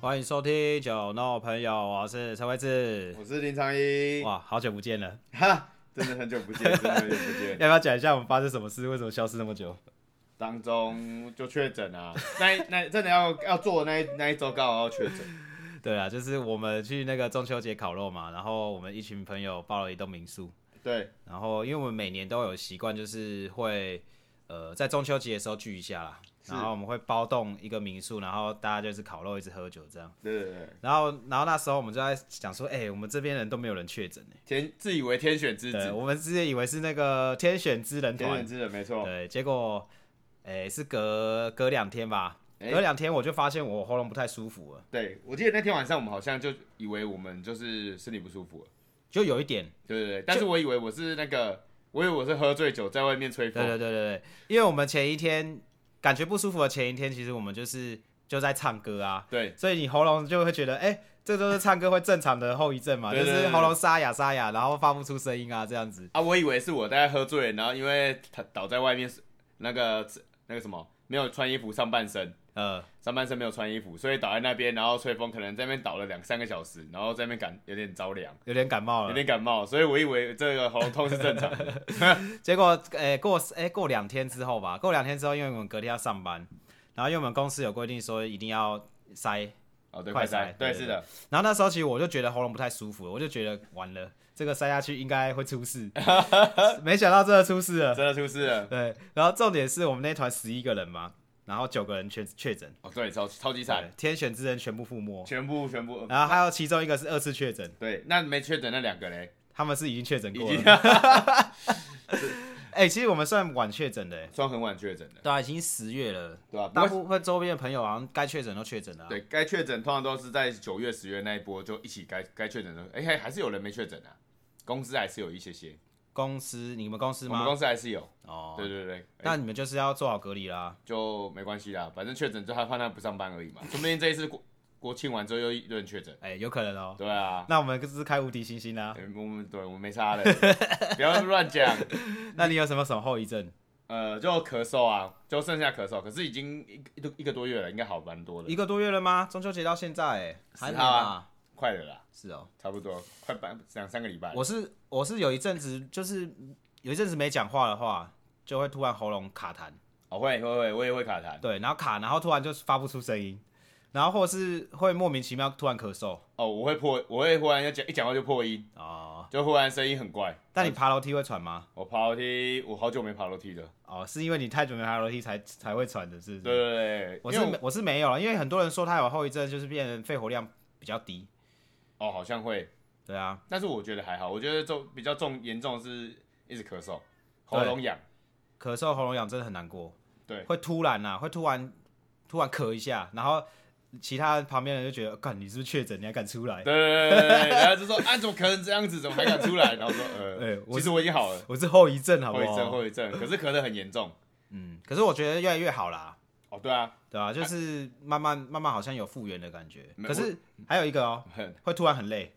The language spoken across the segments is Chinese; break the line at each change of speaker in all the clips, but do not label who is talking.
欢迎收听酒肉朋友，我是陈惠志。
我是林长一，
哇，好久不见了，
哈，真的很久不见，真的很久不见。
要不要讲一下我们发生什么事？为什么消失那么久？
当中就确诊啊，那一那真的要要做的那一那一周刚好要确诊，
对啊，就是我们去那个中秋节烤肉嘛，然后我们一群朋友报了一栋民宿，
对，
然后因为我们每年都有习惯，就是会呃在中秋节的时候聚一下啦，
是
然后我们会包栋一个民宿，然后大家就是烤肉，一直喝酒这样。
对对对，
然后，然后那时候我们就在想说，哎、我们这边人都没有人确诊哎，
天自以为天选之
对，
子，
我们之前以为是那个天选之人
天
团
选，之人没错，
对，结果，诶、是隔隔两天吧，
哎
隔两天我就发现我喉咙不太舒服了，
对我记得那天晚上我们好像就以为我们就是身体不舒服了，
就有一点，
对对对，但是我以为我是那个，我以为我是喝醉酒在外面吹
对对
风，
对对对，因为我们前一天感觉不舒服的前一天，其实我们就是就在唱歌啊，
对
所以你喉咙就会觉得，哎、这都是唱歌会正常的后遗症嘛，
对对对
就是喉咙沙哑沙哑，然后发不出声音啊，这样子。
啊，我以为是我大概喝醉了，然后因为他倒在外面那个那个什么没有穿衣服上半身。
呃，
上半身没有穿衣服，所以倒在那边，然后吹风，可能在那边倒了两三个小时，然后在那边感有点着凉，
有点感冒
有
了，
点感冒，所以我以为这个喉咙痛是正常的。
结果，诶、过，诶、过两天之后吧，过两天之后，因为我们隔天要上班，然后因为我们公司有规定说一定要塞
哦，对，
快
快
塞
塞，
对
对，是的，
然后那时候其实我就觉得喉咙不太舒服，我就觉得完了，这个塞下去应该会出 事，没想到真的出事了。
真的出事了。
对，然后重点是我们那团十一个人嘛，然后九个人确确诊，
哦，对，超超级惨，
对天选之人全部覆没，
全部全部。呃
然后还有其中一个是二次确诊，
对，那没确诊那两个嘞，
他们是已经确诊
已
过
经
了。哎、其实我们算晚确诊的、欸，
算很晚确诊了，
对啊，已经十月了，
对吧、不
大
过
部分周边的朋友好像该确诊都确诊了啊、
对该确诊通常都是在九月、十月那一波就一起该该确诊的，哎、还还是有人没确诊啊，公司还是有一些些，
公司你们公司
我们
吗？
公司还是有，
哦，
对对对，哎
那你们就是要做好隔离啦。
就没关系啦，反正确诊就他换他不上班而已嘛，说不定这一次国国庆完之后又一堆人确诊。
哎、有可能哦、
对啊，
那我们就是开无敌星星啦、
欸我们对我们 没差的，不要乱讲。
那你有什么什么后遗症？
呃，就咳嗽啊，就剩下咳嗽，可是已经一一个一个多月了，应该好蛮多了
一，个多月了吗？中秋节到现在、欸，还没
10号
吧
啊？快了啦，
是哦，
差不多快半两三个礼拜了。
我是我是有一阵子就是有一阵子没讲话的话，就会突然喉咙卡痰，
哦，会会会，我也会卡痰。
对，然后卡，然后突然就发不出声音，然后或是会莫名其妙突然咳嗽
哦，我会破，我会忽然要讲一讲话就破音，
哦。
就忽然声音很怪。
但你爬楼梯会喘吗？
我爬楼梯，我好久没爬楼梯了。
哦，是因为你太久没爬楼梯才才会喘的，是不
对
是？
对对，
我
因
是
为
没我是没有了，啊因为很多人说他有后遗症，就是变成肺活量比较低。
哦，好像会。
对啊，
但是我觉得还好，我觉得重比较重严重的是一直咳嗽，喉咙痒，
咳嗽喉咙痒真的很难过。
对
会突然呐、啊，会突然突然咳一下，然后其他旁边人就觉得，干你是不是确诊？你还敢出来
对？对对对，对然后就说啊，怎么可能这样子，怎么还敢出来？然后说呃，
哎我
其实我已经好了，
我是后遗症，好不
后遗症
好？
后遗症，可是咳得很严重。
嗯，可是我觉得越来越好啦，
哦，对啊，
对吧、就是慢慢慢慢好像有复原的感觉。
没
可是还有一个哦、
很
会突然很累，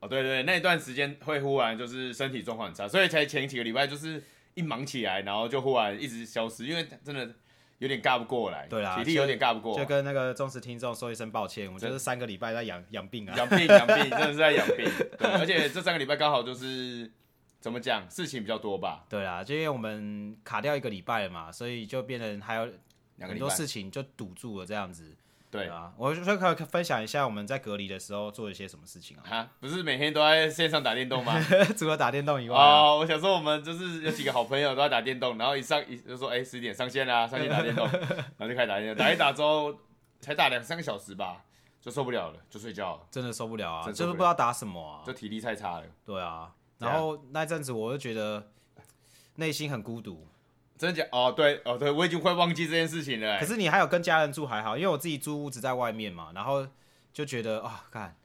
哦对对，对那一段时间会忽然就是身体状况很差，所以才前几个礼拜就是一忙起来，然后就忽然一直消失，因为真的有点尬不过来，
对啦
体力有点尬不过
就，跟那个忠实听众说一声抱歉，我们就是三个礼拜在养养病啊。
养病养病，真的是在养病。对，而且这三个礼拜刚好就是怎么讲，事情比较多吧，
对啦，就因为我们卡掉一个礼拜了嘛，所以就变成还有
两个
很
礼
多
拜。
事情就堵住了这样子。
对
啊，我就可以分享一下我们在隔离的时候做了些什么事情啊。
啊，不是每天都在线上打电动吗？哦
除了打电动以外、啊，
哦，我想说我们就是有几个好朋友都在打电动，然后一上一就说哎十、点上线啦、上线打电动，然后就哎啊开始打电动，打一打之后才打两三个小时吧，就受不了了，就睡觉了，
真的受不了啊，
真
就是
受
不
不
知
了
道打什么啊
就。体力太差了，
对啊，
怎样
然后那阵子我就觉得内心很孤独。
真的假？哦对哦对，我已经快忘记这件事情了、哎
可是你还有跟家人住还好，因为我自己租屋子在外面嘛，然后就觉得啊，看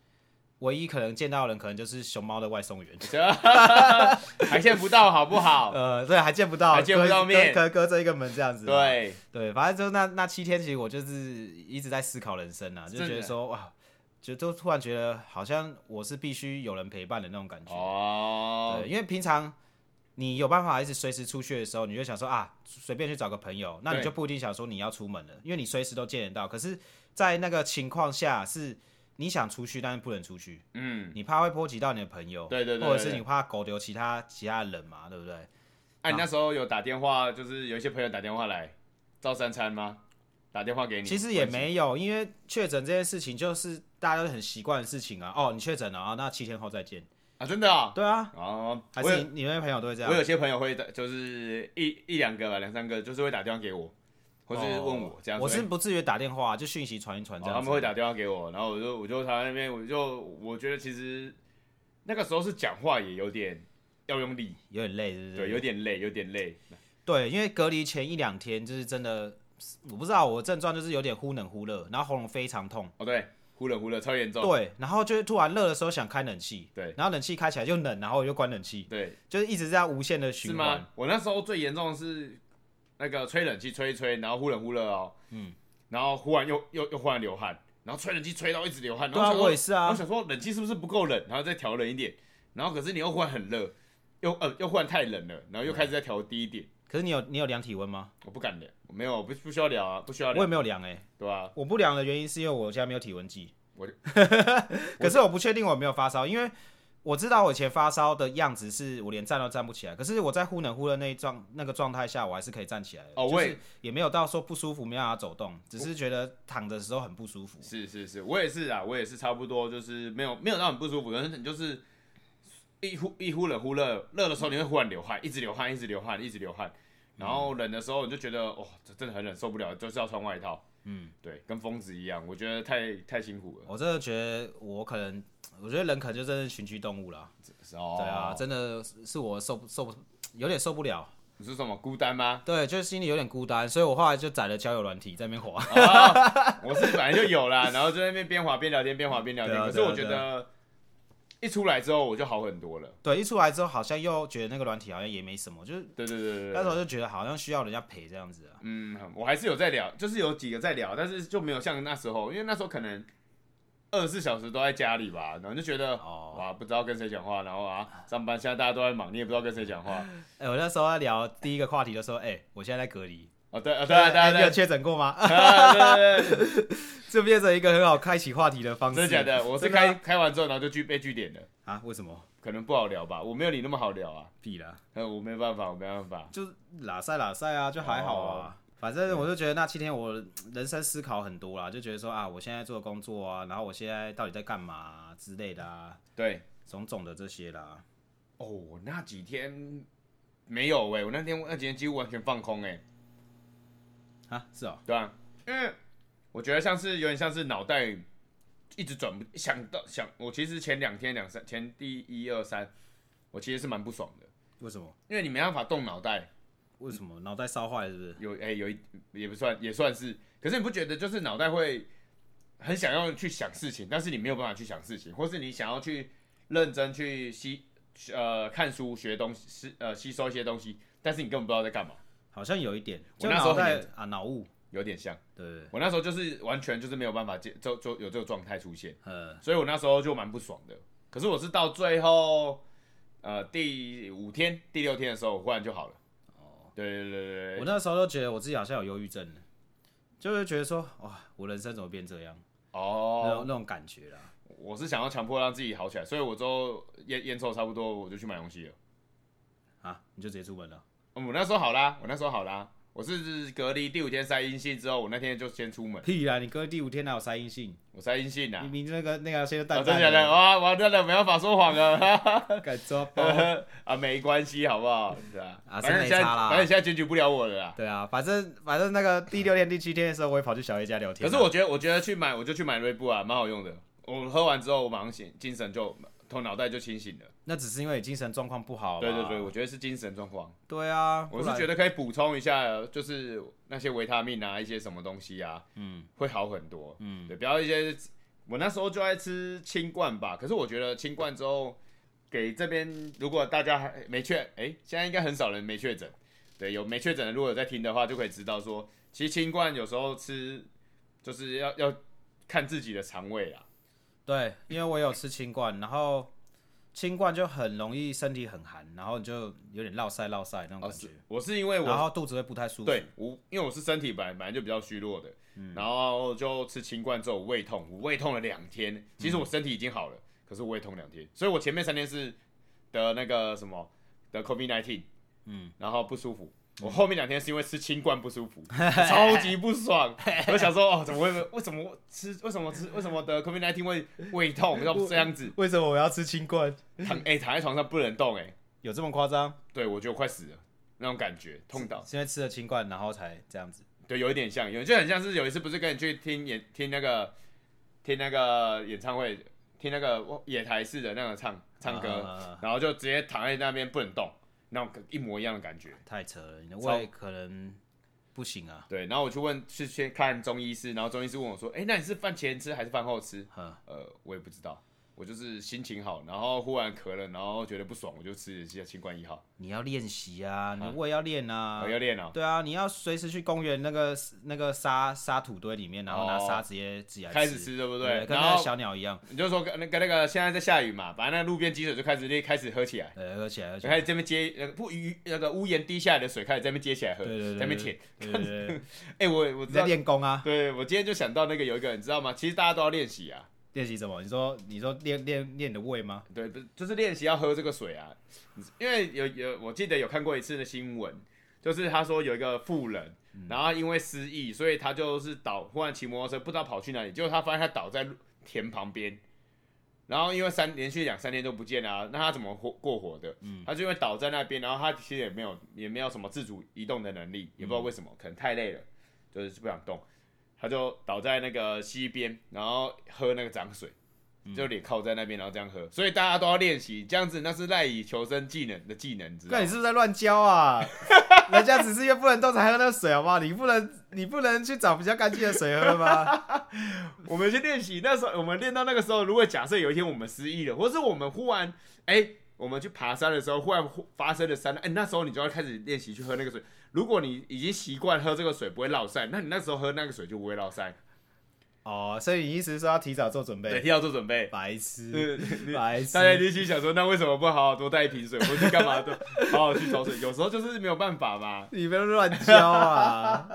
唯一可能见到的人可能就是熊猫的外送员，
还见不到好不好？
呃，对，还见不到，
哦还见不到
隔
面
隔隔隔着一个门这样子。
对，
对，反正就那那七天，其实我就是一直在思考人生啊，就觉
真
得
的
说哇，就都突然觉得好像我是必须有人陪伴的那种感觉。
哦
对，因为平常你有办法一直随时出去的时候，你就想说啊，随便去找个朋友，那你
对
就不一定想说你要出门了，因为你随时都见得到。可是，在那个情况下，是你想出去，但是不能出去，
嗯，
你怕会波及到你的朋友，
对对对对
或者是
对
你怕狗丢其他其他人嘛，对不对？
哎、你那时候有打电话，就是有一些朋友打电话来照三餐吗？打电话给你？
其实也
关心。
没有，因为确诊这件事情就是大家都很习惯的事情啊。哦，你确诊了啊，那七天后再见。
啊，真的啊、
对啊，
哦，
还
我
是你你啊那些朋友都会这样
我。有些朋友会打，就是一一两个吧，两三个，就是会打电话给我，或是问我、
哦
这样子。哎
我是不至于打电话，啊就讯息传一传
哦
这样、
他们会打，电话给我，然后我就我就他那边，我就我觉得其实那个时候是讲话也有点要用力，
有点累，对不
对，有点累，有点累。
对，因为隔离前一两天就是真的，我不知道我症状就是有点忽冷忽热，然后喉咙非常痛。
哦，对，忽冷忽热，超严重。
对，然后就是突然热的时候想开冷气，
对
然后冷气开起来就冷，然后我又关冷气，
对，
就是一直在无限的
是
循环。
吗？我那时候最严重的是那个吹冷气吹一吹，然后忽冷忽热哦，
嗯，
然后忽然又又又忽然流汗，然后吹冷气吹到一直流汗，然
对
后
啊，
想说
我也是
然后
啊，
想说冷气是不是不够冷，然后再调冷一点，然后可是你又忽然很热，又呃又忽然太冷了，然后又开始再调低一点，
可是你有你有量体温吗？
我不敢量，我没有，我不不需要量啊，不需要
我也
量，
没有量哎、
对啊吧、
我不量的原因是因为我现在没有体温计
我，
可是我不确定我有没有发烧，因为我知道我以前发烧的样子是我连站都站不起来，可是我在忽冷忽热那一状那个状态下，我还是可以站起来的。
哦
就
我
是
也
也没有到说不舒服，没办法走动，只是觉得躺的时候很不舒服。
是是是，我也是啊，我也是差不多，就是没有没有让很不舒服，可是你就是一忽一忽冷忽热，热的时候你会忽然流汗，一直流汗，一直流汗，一直流汗，然后
嗯
冷的时候你就觉得哇、这真的很冷，受不了，就是要穿外套。
嗯，
对，跟疯子一样，我觉得太太辛苦了。
我真的觉得我可能，我觉得人可能就真的是群居动物啦。
哦，
对啊，，真的是是我受不受不有点受不了，
你是什么孤单吗？
对，就是心里有点孤单，所以我后来就载了交友软体在那边滑。
哦，我是本来就有啦，然后就在那边边滑边聊天，边滑边聊天。
对啊
可是我觉
对啊对
得一出来之后我就好很多了。
对，一出来之后好像又觉得那个软体好像也没什么，就是
对对对对对，
那时候就觉得好像需要人家陪这样子啊。
嗯，我还是有在聊，就是有几个在聊，但是就没有像那时候，因为那时候可能二十四小时都在家里吧，然后就觉得、
哦
哇，不知道跟谁讲话，然后啊，上班现在大家都在忙，你也不知道跟谁讲 话。
哎、我那时候在聊第一个话题就说，哎、我现在在隔离，
哦，对，啊，对啊，对啊，
哎你
对
有
啊，
确诊过吗？ 啊
对对对对
这变成一个很好开启话题的方式。
真的假的？我是
真的
开
啊
开完之后，然后就拒被拒点的，
啊？为什么？
可能不好聊吧，我没有你那么好聊啊，
屁啦，
嗯，我没办法，我没办法。
就拉塞拉塞啊，就还好
哦
啊。反正我就觉得那七天我人生思考很多啦，就觉得说啊，我现在做的工作啊，然后我现在到底在干嘛啊、之类的啊，
对，
种种的这些啦。
哦，我那几天没有哎、我那天那几天几乎完全放空哎、
啊，是哦，
对啊，因为我觉得像是有点像是脑袋一直转不想到想，我其实前两天两三前第一二三，我其实是蛮不爽的，
为什么？
因为你没办法动脑袋，
为什么脑袋烧坏了是不是？
有哎、有一也不算也算是，可是你不觉得就是脑袋会很想要去想事情，但是你没有办法去想事情，或是你想要去认真去吸呃看书学东西吸呃吸收一些东西，但是你根本不知道在干嘛，
好像有一点，
我
就
那时候
脑
很
袋
严
啊脑雾，
有点像
对不对？
我那时候就是完全就是没有办法接就就有这个状态出现。
呃，
所以我那时候就蛮不爽的。可是我是到最后，呃，第五天、第六天的时候，我忽然就好了。哦，对对对对
我
对，
那时候都觉得我自己好像有忧郁症了，就是觉得说，哇，我人生怎么变这样？那种
哦，
那种感觉啦。
我是想要强迫让自己好起来，所以我之后烟烟抽差不多，我就去买东西了。
啊，你就直接出门了。
嗯，我那时候好啦，我那时候好啦，我是隔离第五天筛阴性之后，我那天就先出门，
屁啦！你哥第五天哪有塞阴性？
我筛阴性
你
啊。
明那个那个现在
哦，
蛋
真
蛋
的假的？哇，完蛋了，没办法说谎了哈哈
的，敢抓包？
哈 啊，没关系，好不好？对啊，
啊是
反
没
正现在，
差啦
反正现在检举不了我了啦。
对啊，反正反正那个第六天、第七天的时候，我也跑去小 A 家聊天
可
啊。
是我觉得，我觉得去买，我就去买瑞布啊，蛮好用的。我喝完之后，我马上醒，精神就呃头脑袋就清醒了。
那只是因为你精神状况不好。
对对对，，我觉得是精神状况。
对啊，
我是
得
觉得可以补充一下，就是那些维他命啊，一些什么东西啊，
嗯，
会好很多。嗯，对，不要一些。我那时候就爱吃清罐吧，可是我觉得清罐之后，给这边如果大家还没确，哎、现在应该很少人没确诊。对，有没确诊的，如果有在听的话，就可以知道说，其实清罐有时候吃就是要要看自己的肠胃啦。
对，因为我有吃清冠，然后新冠就很容易身体很寒，然后你就有点落晒落晒那种
哦，
感觉
是，我是因为
然
我
后肚子会不嗯太舒服。
对，我因为我是身体本来本来就比较虚弱的，然后就吃清冠之后我胃痛，我胃痛了两天，其
嗯
实我身体已经好了，可是我胃痛两天，所以我前面三天是得那个什么得 COVID nineteen，嗯，然后不舒服。
嗯
我后面两天是因为吃清冠不 舒服，超级不爽。我就想说，哦，怎么会？为什么吃？为什么吃？为什么得 COVID nineteen 会胃痛？要这样子
为什么我要吃清冠？
躺哎、躺在床上不能动哎、
有这么夸张？
对我觉得我快死了那种感觉，痛到。
是因为吃了清冠，然后才这样子。
对，有一点像，有就很像是有一次不是跟你去听演听那个听那个演唱会，听那个野台式的那个唱唱歌，
啊
然后就直接躺在那边不能动，那种一模一样的感觉。
太扯了，你的
超
胃可能不行啊。
对，然后我去问去去看中医师，然后中医师问我说：“哎、那你是饭前吃还是饭后吃
嗯，？”
呃，我也不知道，我就是心情好，然后忽然咳了，然后觉得不爽，我就吃一下清冠一号，
你要练习啊，你的胃要练啊
我。要练哦，
对啊，你要随时去公园那个那个沙沙土堆里面，然后拿
哦
沙直接挤来
开始吃对不对？
跟那
然
个
后
小鸟一样，
你就说跟那个那个现在在下雨嘛，把那路边积水就开始开始喝起来。
呃，喝起来，喝起
就开
来。
始这边接那个不雨那个屋檐滴下来的水，开始在那边接起来喝，
对对对
在那边舔。
对对对，对
哎、我我
你
知
在
道，
练功啊？
对我今天就想到那个有一个，你知道吗？其实大家都要练习啊，
练习什么？你说你说练练练你的胃吗？
对，不是就是练习要喝这个水啊，因为有有我记得有看过一次的新闻，就是他说有一个富人，然后因为失忆，所以他就是倒，忽然骑摩托车不知道跑去哪里，结果他发现他倒在路田旁边。然后因为三连续两三天都不见啊，那他怎么活过活的？他就因为倒在那边，然后他其实也没有也没有什么自主移动的能力，也不知道为什么，可能太累了，就是不想动，他就倒在那个溪边，然后喝那个脏水，就脸靠在那边，然后这样喝。所以大家都要练习，这样子那是赖以求生技能的技能，你知道
哥，
吗
你是不是在乱教啊？ 人家只是因为不能动才喝那水，好不好？你不能你不能去找比较干净的水喝 吗？
我们去练习，那时候我们练到那个时候，如果假设有一天我们失忆了，或是我们忽然哎、我们去爬山的时候忽然忽发生了山难，哎、那时候你就要开始练习去喝那个水。如果你已经习惯喝这个水不会落塞，那你那时候喝那个水就不会落塞。
哦，所以你意思是说要提早做准
对，
备？
要做准备。
白痴，
嗯你
白痴
大家一起想说，那为什么不好好多带一瓶水，或是干嘛的，好好去找水？有时候就是没有办法嘛。
你不要乱教啊！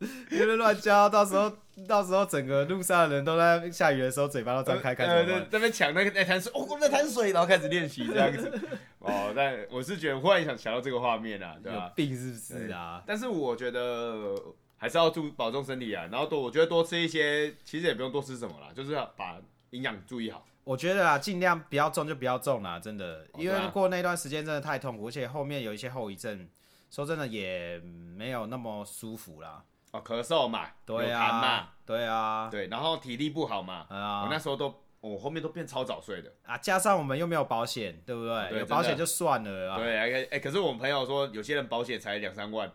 你不要乱教，到时候到时候整个路上的人都在下雨的时候嘴巴都张开，看
呃，
怎么
对
办？
那边抢那个那滩水，哦，那滩水，然后开始练习这样子。 哦，但我是觉得忽然想想到这个画面啊，对吧、
有病是不是啊？
但是我觉得呃还是要注保重身体啊，然后多我觉得多吃一些，其实也不用多吃什么啦，就是要把营养注意好。
我觉得啊，尽量不要中就不要中啦，真的，
哦
因
对
为
啊
过那段时间真的太痛苦，而且后面有一些后遗症，说真的也没有那么舒服啦。
哦，咳嗽嘛，
对
有痰
啊
嘛，，
对啊，
对，然后体力不好嘛，我
啊
那时候都我后面都变超早睡的。
啊，加上我们又没有保险，对不
哦
对？
对
有
真的
保险就算了啊，
对，哎、哎可是我们朋友说，有些人保险才两三万，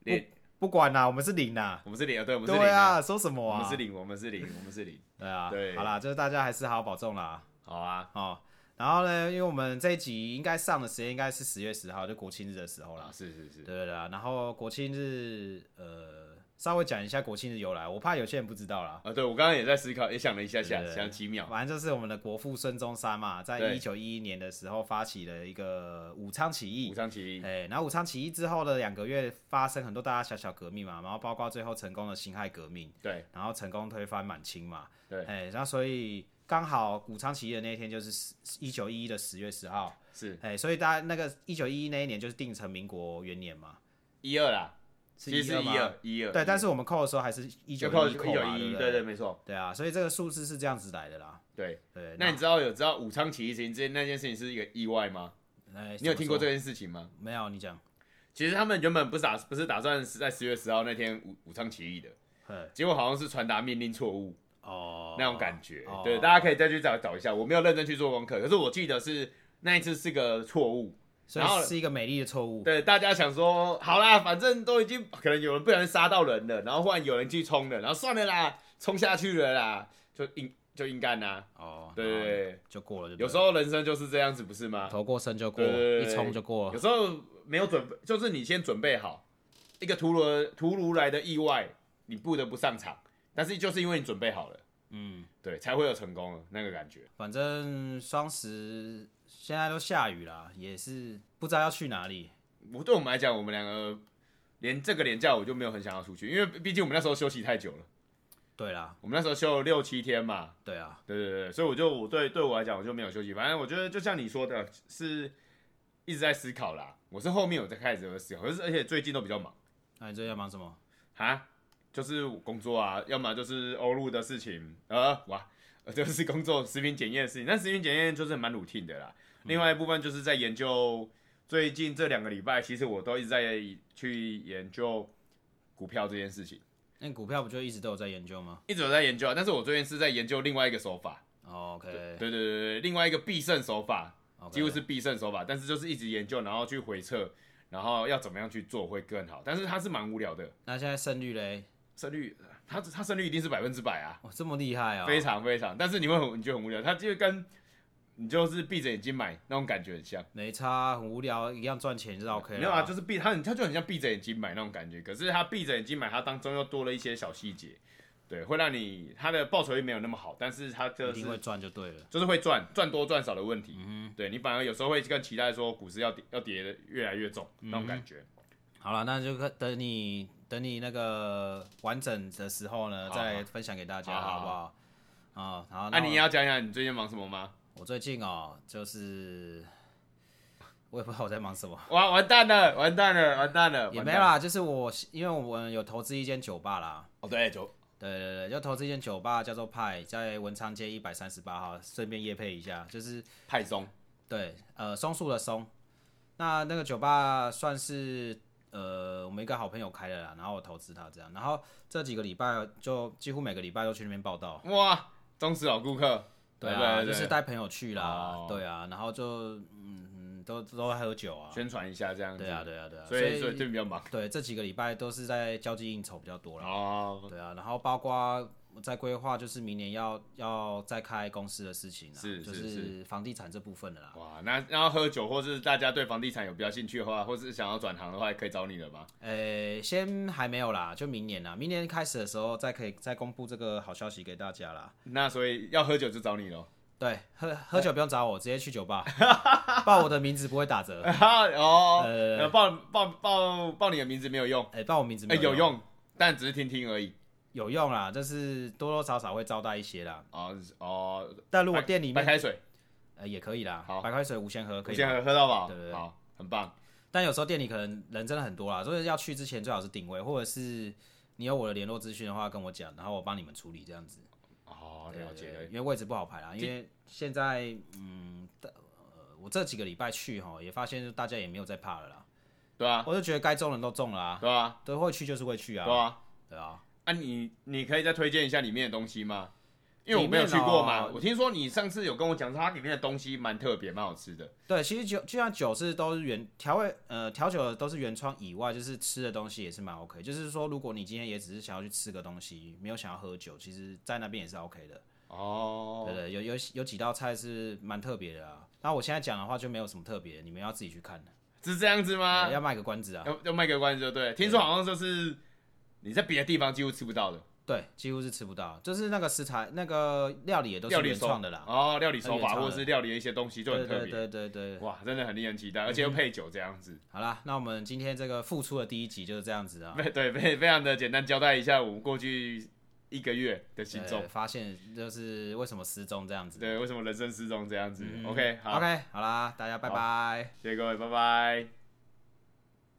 连
不管啦，我们是零啦。
我们是零啊，对，我们是
对
零啊，
啊，说什么
我们
啊
是？零，我们是零，我们是零，
对啊，
对
好啦，就是大家还是好好保重啦。
好啊，
哦，然后呢，因为我们这一集应该上的时间应该是十月十号，就国庆日的时候
好
啦
啦，。是是
对
是，
对对啊，然后国庆日，呃，稍微讲一下国庆日由来，我怕有些人不知道啦。
啊，对我刚刚也在思考，也想了一下下，
对
想几秒，
反正就是我们的国父孙中山嘛，在
哦对
一九一一年的时候发起了一个武昌起义
武，昌起义，
哎、然后武昌起义之后的两个月，发生很多大大小小革命嘛，然后包括最后成功的辛亥革命，
对
然后成功推翻满清嘛，
对
哎、然后所以刚好武昌起义的那一天就是一九一一的十月十号，
是
哎、所以大家那个一九一一那一年就是定成民国元年嘛，
一二啦，
是
其实是
12
一
吗
二一二，
对，但是我们扣的时候还是一九
嗯就靠
一
一
扣嘛，
九
对
一
不
对
对
对，没错，
对啊，所以这个数字是这样子来的啦，
对。
对，
那你知道有知道武昌起义之前这那件事情是一个意外吗？
哎
你有听过这
个？
件事情吗？
没有，你讲，
其实他们原本不是打不是打算是在十月十号那天武武昌起义的，
哎，
结果好像是传达命令错误
哦，
那种感觉。
哦
对，大家可以再去找找一下，我没有认真去做功课，可是我记得是那一次是个错误。
所
然后
以是一个美丽的错误，
对，大家想说，好啦，反正都已经可能有人不小心杀到人了，然后忽然有人去冲了，然后算了啦，冲下去了啦，就硬就硬干啦。
哦，
对对，对，
就过了就对
有
了，
时候人生就是这样子，不是吗？
头过身就过，
对对对
一冲就过
有
了。
时候没有准备，就是你先准备好一个突如突如来的意外，你不得不上场，但是就是因为你准备好了，
嗯，
对，才会有成功的那个感觉。
反正双十现在都下雨啦，也是不知道要去哪里。
我对我们来讲，我们两个连这个年假我就没有很想要出去，因为毕竟我们那时候休息太久了，
对啦，
我们那时候休了六七天嘛，
对啊，
对对对，所以我就我对对我来讲，我就没有休息。反正我觉得就像你说的，是一直在思考啦。我是后面有在开始有在思考，可是而且最近都比较忙
那你最近要忙什么？
哈，就是工作啊，要么就是欧陆的事情，呃，哇，呃就是 工作食品检验的事情。但食品检验就是蛮 routine 的啦。另外一部分就是在研究，最近这两个礼拜，其实我都一直在去研究股票这件事情，
那你股票不就一直都有在研究吗、
一直有在研究啊。但是我最近是在研究另外一个手法，
o k
对对对对，另外一个必胜手法，
o k
几乎是必胜手法，但是就是一直研究，然后去回测，然后要怎么样去做会更好。但是它是蛮无聊的，
那现在胜率嘞，
胜率它它胜率一定是百分之百啊，
哇，这么厉害啊、
非常非常。但是你会很你觉得很无聊，它就跟你就是闭着眼睛买那种感觉很像，
没差，很无聊，一样赚钱就 OK 了。
没有啊，就是闭它它就很像闭着眼睛买那种感觉。可是它闭着眼睛买，它当中又多了一些小细节，对，会让你它的报酬率没有那么好，但是它就
一
是
定会赚就对了。
就是会赚，赚多赚少的问题。对你反而有时候会更期待说股市要跌要跌的越来越重那种感觉。
好了，那就等你等你那个完整的时候呢，
好
再来分享给大家，
好好
好不好？啊，好，那
那、你
我
要讲讲你最近忙什么吗？
我最近哦，就是我也不知道我在忙 什么，
完完蛋了，完蛋了，完蛋了，
也
完
没
蛋了。
啦，就是我因为我们有投资一间酒吧啦，
哦，对，就
对对对，就投资一间酒吧叫做派，在文昌街一百三十八号，顺便夜配一下，就是
太松，
对，呃，松树的松。那那个酒吧算是呃我们一个好朋友开的啦，然后我投资他这样，然后这几个礼拜就几乎每个礼拜都去那边报道，
哇，忠实老哦顾客。
对
对
啊，
对对
就是带朋友去啦
哦，
对啊，然后就嗯嗯都都在喝酒啊，
宣传一下这样子。
对啊对啊对啊，
所以所以最近比较忙。
对这几个礼拜都是在交际应酬比较多啦，
哦，
对啊，然后包括我在规划就是明年要要再开公司的事情啦，
是哦
就是是房地产这部分的啦，
哇，那然后喝酒，或是大家对房地产有比较兴趣的话，或是想要转行的话，也可以找你了吧？
呃，先还没有啦，就明年啦，明年开始的时候再可以再公布这个好消息给大家啦。
那所以要喝酒就找你喽。
对，喝喝酒不用找我，直接去酒吧报我的名字不会打折。
哦，
呃
呃报报报报你的名字没有用，
哎、报我名字没
哎，有
用，
用，但只是听听而已。
有用啦，就是多多少少会招待一些啦。
哦哦，
但如果店里
白
面
开水，
呃也可以啦
好，
白开水无限喝可
我
以
先
吗。
喝喝到饱
对对，对
好，很棒。
但有时候店里可能人真的很多啦，所以要去之前最好是定位，或者是你有我的联络资讯的话跟我讲，然后我帮你们处理这样子。
哦，
对
了解了
对对。
解
因为位置不好排啦，因为现在嗯，大呃，我这几个礼拜去哈，也发现大家也没有在怕了啦，
对啊，
我就觉得该中人都中了啊，
对啊，
都会去就是会去
对
啊，
啊。
对啊，
啊你，你可以再推荐一下里面的东西吗？因为我
里
没有
面
去
哦
过嘛，我听说你上次有跟我讲说它里面的东西蛮特别，蛮好吃的。
对，其实酒就像酒是都是原调味，呃，调酒的都是原创以外，就是吃的东西也是蛮 OK，就是说如果你今天也只是想要去吃个东西，没有想要喝酒，其实在那边也是 OK 的，
哦，
对对，有有有几道菜是蛮特别的啊，那我现在讲的话就没有什么特别，你们要自己去看，
是这样子吗
对？要卖个关 子啊，
要要卖个关子就对了。听说好像就是你在别的地方几乎吃不到的
对，几乎是吃不到，就是那个食材、那个料理也都是
料理
原
手
创的啦。
哦，料理手
原
法
创的
或者是料理的一些东西就
对
很
对
特
嗯
别。
对对对，
哇，真的很令人期待，而且又配酒这样子。
好啦，那我们今天这个付出的第一集就是这样子 啊。
对对，非非常的简单交代一下我们过去一个月的行
对
踪。
发现就是为什么失踪这样子。
对，为什么人生失踪这样子
嗯
？OK，好
OK，好啦，大家拜
好
拜。
谢谢各位，拜拜。